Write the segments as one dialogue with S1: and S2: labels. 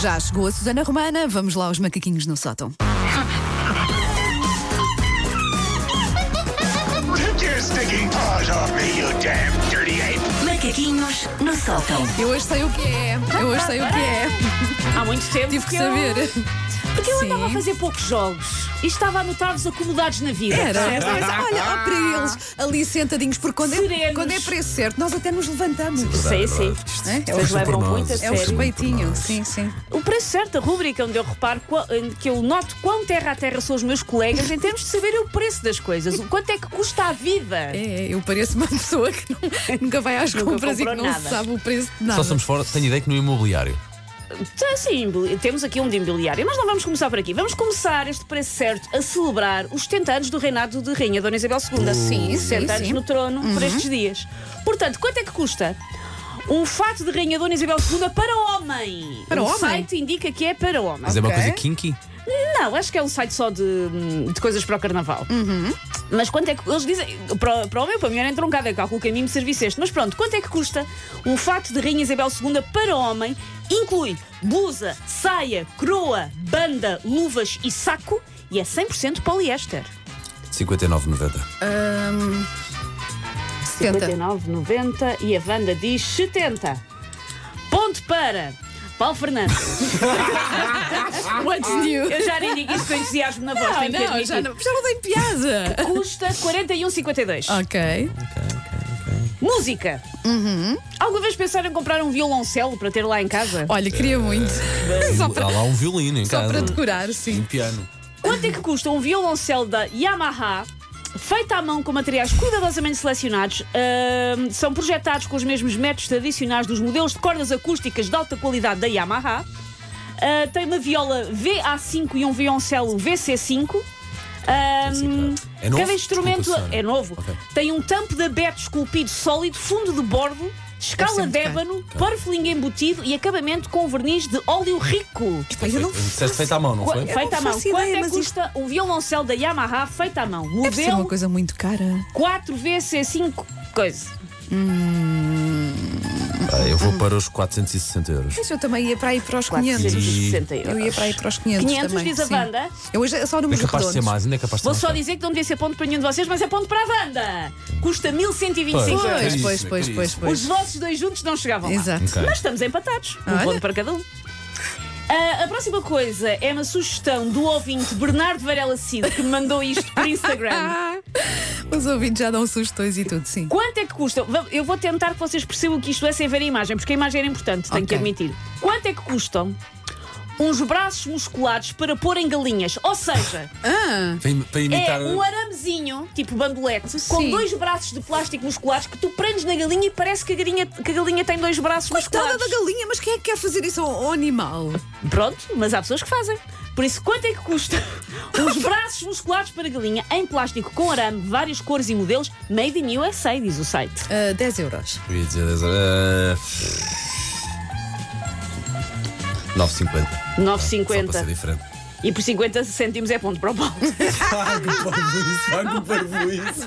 S1: Já chegou a Susana Romana, vamos lá aos macaquinhos no sótão.
S2: Take your stinking paws off me, you damn dirty ape!
S3: Macaquinhos no sótão.
S1: Eu hoje sei o que é, eu hoje sei o que é,
S4: Há muito tempo
S1: tive que
S4: eu-
S1: saber.
S4: Porque eu andava a
S1: Sim.
S4: fazer poucos jogos e estava a notar-vos acomodados na vida.
S1: Era, era, era. olha, há para eles ali sentadinhos, porque quando é,
S4: Serenos.
S1: quando é preço certo, nós até nos levantamos.
S4: Sim, sim.
S1: né? É,
S4: Vocês
S1: o,
S4: levam
S5: por
S4: muito a
S5: nós.
S1: é o
S4: sério.
S1: respeitinho, sim, sim.
S4: O preço certo, a rúbrica onde eu reparo qua- em que eu noto quão terra a terra são os meus colegas em termos de saberem o preço das coisas. O quanto é que custa a vida?
S1: É, eu pareço uma pessoa que não- nunca vai às
S4: Nunca
S1: compras e que
S4: comprou
S1: não
S4: nada.
S1: sabe o preço de nada.
S5: Só estamos fora, tenho ideia que no imobiliário.
S4: Então, assim, temos aqui um de imobiliário, mas não vamos começar por aqui. Vamos começar este preço certo a celebrar os 70 anos do reinado de Rainha Dona Isabel II.
S1: Uh, Sim, sim,
S4: 70 anos
S1: sim. Uhum.
S4: no trono por estes dias. Portanto, quanto é que custa? Um fato de Rainha Dona Isabel II para homem.
S1: Para
S4: o
S1: homem?
S4: site indica que é para homem.
S5: Mas é uma
S1: Ok.
S5: coisa kinky.
S4: Não, acho que é um site só de, hum, de coisas para o carnaval.
S1: Uhum.
S4: Mas quanto é que. Eles dizem. Para, para o meu, para a mulher, entra um bocado. Eu calculo que a mim me serviceste. Mas pronto, quanto é que custa um fato de Rainha Isabel II para homem? Inclui blusa, saia, coroa, banda, luvas e saco. E é 100% poliéster.
S5: 59,90.
S1: Ahm, 70.
S4: 59,90 e a banda diz 70. Ponto para. Paulo Fernandes.
S1: What's new?
S4: Eu já nem digo isto com entusiasmo na voz.
S1: Ah,
S4: tenho que
S1: não, já
S4: admitir.
S1: não, já não tem piada.
S4: Custa 41,52.
S1: ok.
S4: Música! Alguma vez pensaram em comprar um violoncelo para ter lá em casa?
S1: Olha, queria muito. só
S5: Há
S1: para,
S5: lá um violino em
S1: só
S5: casa.
S1: para decorar, sim.
S5: Um piano.
S4: Quanto é que custa um violoncelo da Yamaha? Feito à mão com materiais cuidadosamente selecionados, ahm, são projetados com os mesmos métodos tradicionais dos modelos de cordas acústicas de alta qualidade da Yamaha. Ah, tem uma viola VA5 e um violoncelo VC5. Ahm,
S5: Sim, claro. É novo?
S4: Hum, Cada instrumento
S5: Desculpa, Sara.
S4: é novo.
S5: Ok.
S4: Tem um tampo de abeto esculpido sólido, fundo de bordo,
S1: Deve ser
S4: escala
S1: muito caro.
S4: d'ébano, parfilinho embutido e acabamento com um verniz de óleo rico.
S1: Pai, eu não
S5: Disseste é feito à mão, não
S4: Qua-
S5: foi?
S4: Feito à mão.
S1: faço
S4: Quanto
S1: ideia,
S4: é que
S1: mas isto-
S4: custa um violoncelo da Yamaha feito à mão?
S1: Deve ser uma
S4: Modelo
S1: coisa muito cara.
S4: 4VC5 coisa.
S5: Ah, eu vou para os 460 euros.
S1: Mas eu também ia para aí para os 500.
S4: 460
S1: Eu ia para aí para os 500
S4: 500
S1: também,
S4: diz a
S1: sim.
S4: banda.
S1: Eu hoje é só
S5: Ainda
S1: números
S5: é capaz de ser
S1: redondos.
S5: mais, ainda é capaz de ser
S4: Vou
S5: mais.
S4: só dizer que não devia ser ponto para nenhum de vocês, mas é ponto para a banda. Custa 1125
S5: Pois.
S4: euros.
S1: Pois, pois,
S5: Caríssimo,
S1: pois, pois,
S5: caríssimo.
S4: Os
S1: pois.
S4: nossos dois juntos não chegavam lá.
S1: Exato.
S5: Ok.
S4: Mas estamos empatados. Um
S1: Olha.
S4: ponto para cada um. Ah, a próxima coisa é uma sugestão do ouvinte Bernardo Varela Cid, que me mandou isto por Instagram.
S1: Ah, os ouvintes já dão sugestões e tudo, sim.
S4: Quanto é que custa? Va- Eu vou tentar que vocês percebam que isto é sem ver a imagem, porque a imagem era importante, tenho que
S1: Ok.
S4: admitir. Quanto é que custam uns braços musculados para pôr em galinhas? Ou seja,
S1: Ah,
S5: Para im- Para imitar.
S4: é um aramezinho, tipo bandolete, com
S1: Sim.
S4: dois braços de plástico musculados que tu prendes na galinha e parece que a galinha, que a galinha tem dois braços
S1: toda
S4: musculados.
S1: da galinha, mas quem é que quer fazer isso ao ao animal?
S4: Pronto, mas há pessoas que fazem. Por isso, quanto é que custa uns braços musculados para galinha em plástico com arame, várias cores e modelos, made in USA, diz o site.
S1: Ah, 10 euros.
S5: Eu ia dizer, eh, 9,50. Só para ser
S4: 9,50.
S5: diferente.
S4: E por 50 cêntimos é ponto para o Paulo.
S5: Pago para isso.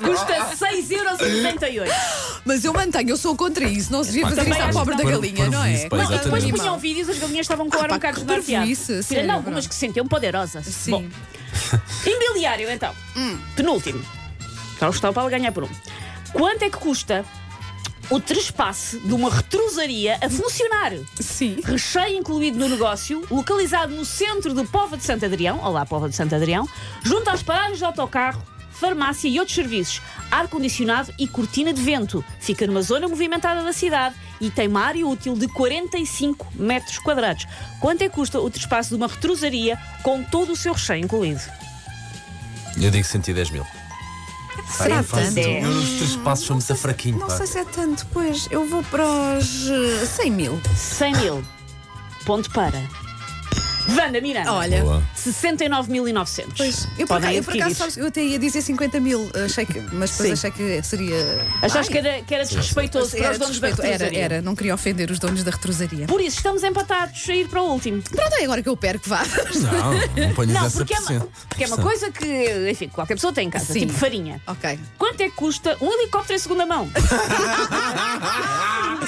S1: Ah.
S4: Custa 6,78€.
S1: Mas eu mantenho, eu sou contra isso. Não se devia
S5: pá,
S1: fazer isso à
S4: também
S1: pobre da
S5: acho-
S1: galinha, não é?
S5: parvoíce, pá,
S1: Não,
S4: E depois
S5: Exatamente.
S4: punham vídeos, as galinhas estavam com o
S1: Ah,
S4: ar um
S1: pá,
S4: bocado
S1: que
S4: desnorteado.
S1: parvoíce, sério,
S4: Tirando algumas
S1: pronto.
S4: que se sentiam poderosas.
S1: Sim. Hum.
S4: Bom, imobiliário, então. Penúltimo. Só está o Paulo a ganhar por um. Quanto é que custa o trespasse de uma retrusaria a funcionar?
S1: Sim.
S4: Recheio incluído no negócio, localizado no centro de Pova de Santo Adrião, olá Pova de Santo Adrião, junto às paragens de autocarro, farmácia e outros serviços, ar-condicionado e cortina de vento. Fica numa zona movimentada da cidade e tem uma área útil de 45 metros quadrados. Quanto é que custa o espaço de uma retrusaria com todo o seu recheio incluído?
S5: Eu digo 110 mil.
S1: Será
S4: faz-
S1: tanto?
S5: Eu nos três passos sou muito fraquinho.
S1: Não
S5: pá.
S1: sei se é tanto, pois. Eu vou para os eh, 100 mil.
S4: 100 mil. Ponto para. Vanda Miranda.
S1: Olha.
S5: Boa.
S4: 69.900.
S1: Pois, eu por, acaso, eu,
S4: Podem
S1: por acaso,
S4: adquirir.
S1: sabes, eu até ia dizer 50 mil, eh, achei que, mas depois
S4: Sim.
S1: achei que seria. Ai,
S4: Achaste que era, que era desrespeitoso para
S1: era
S4: os donos
S1: desrespeito.
S4: da
S1: Era,
S4: retrosaria?
S1: era, não queria ofender os donos da retrosaria.
S4: Por isso, estamos empatados a ir para o último.
S1: Pronto, é agora que eu perco, vá.
S5: Não, não ponhas
S4: Não,
S5: essa
S4: porque é, uma,
S5: pressão.
S4: porque é uma coisa que, enfim, qualquer pessoa tem em casa,
S1: Sim.
S4: tipo farinha.
S1: ok.
S4: Quanto é que custa um helicóptero em segunda mão?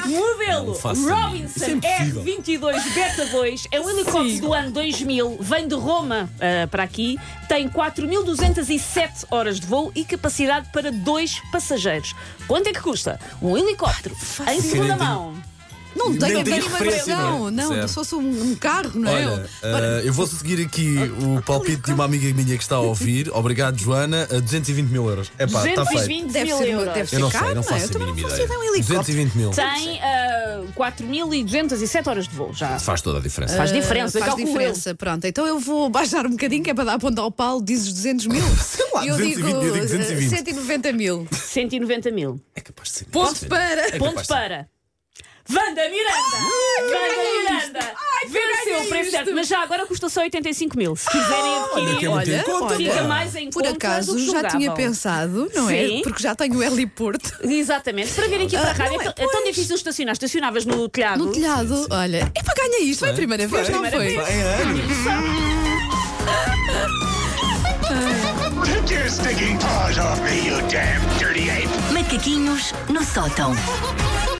S4: Modelo
S5: Não faço
S4: Robinson
S5: ideia. Isso é impossível.
S4: R22 Beta 2 é um helicóptero do ano 2000, vem de Roma ah, para aqui, tem 4.207 horas de voo e capacidade para dois passageiros. Quanto é que custa um helicóptero em segunda
S5: ideia.
S4: mão?
S1: Não
S5: Nem
S1: tenho a
S5: tem
S1: mínima
S5: referência,
S1: noção.
S5: não é?
S1: Não,
S5: Certo.
S1: se fosse um um carro, não é?
S5: Olha,
S1: Eu- Ora,
S5: eh, eu vou seguir aqui o palpite de uma amiga minha que está a ouvir. Obrigado, Joana, Eh, a 220 mil euros. É pá, está feito.
S4: 220
S1: Deve
S4: mil
S1: ser-
S4: euros.
S1: deve ser
S5: Eu não
S1: caro,
S5: sei, não
S1: não é?
S5: faço
S1: Eu
S5: a
S1: também não
S5: mínima
S1: faço
S5: ideia.
S1: ideia de um helicóptero.
S5: 220 mil.
S4: Tem ah, 4.207 horas de voo já.
S5: Faz toda a diferença. É
S4: Faz
S1: Ah, Faz
S4: diferença, calculo eu.
S1: diferença, pronto. Então eu vou baixar um bocadinho, que é para dar a ponta ao pau, dizes 200 mil. Sei
S5: lá,
S1: eu
S5: 220,
S1: digo
S5: eu digo
S1: eh,
S5: 220.
S1: 190 mil.
S4: 190 mil.
S5: É capaz de ser.
S1: Ponto
S5: Sim.
S1: para-
S5: É
S4: Ponto
S5: capaz de ser.
S4: para. Wanda Miranda!
S1: Uh,
S4: Wanda Miranda! Venceu o preço certo, mas já agora custa só 85 mil. Se
S1: Ah,
S4: quiserem
S5: olha que é
S4: adquirir,
S5: muito em conta,
S4: fica
S5: pá.
S4: mais em
S1: Por
S4: conta do
S1: acaso
S4: que
S1: já tinha
S4: julgavam.
S1: pensado, não
S4: Sim.
S1: é? Porque já tenho o heliporto
S4: Exatamente. Para vir aqui para a rádio,
S1: não é,
S4: é, tão- é tão difícil estacionar. Estacionavas no telhado.
S1: no telhado. Olha, é para ganhar isto, foi a primeira vez, não
S4: primeira
S1: foi?
S4: vez.
S5: Bem, é.
S2: Take your stinking paws off me, you damn dirty ape!
S3: Macaquinhos no sótão.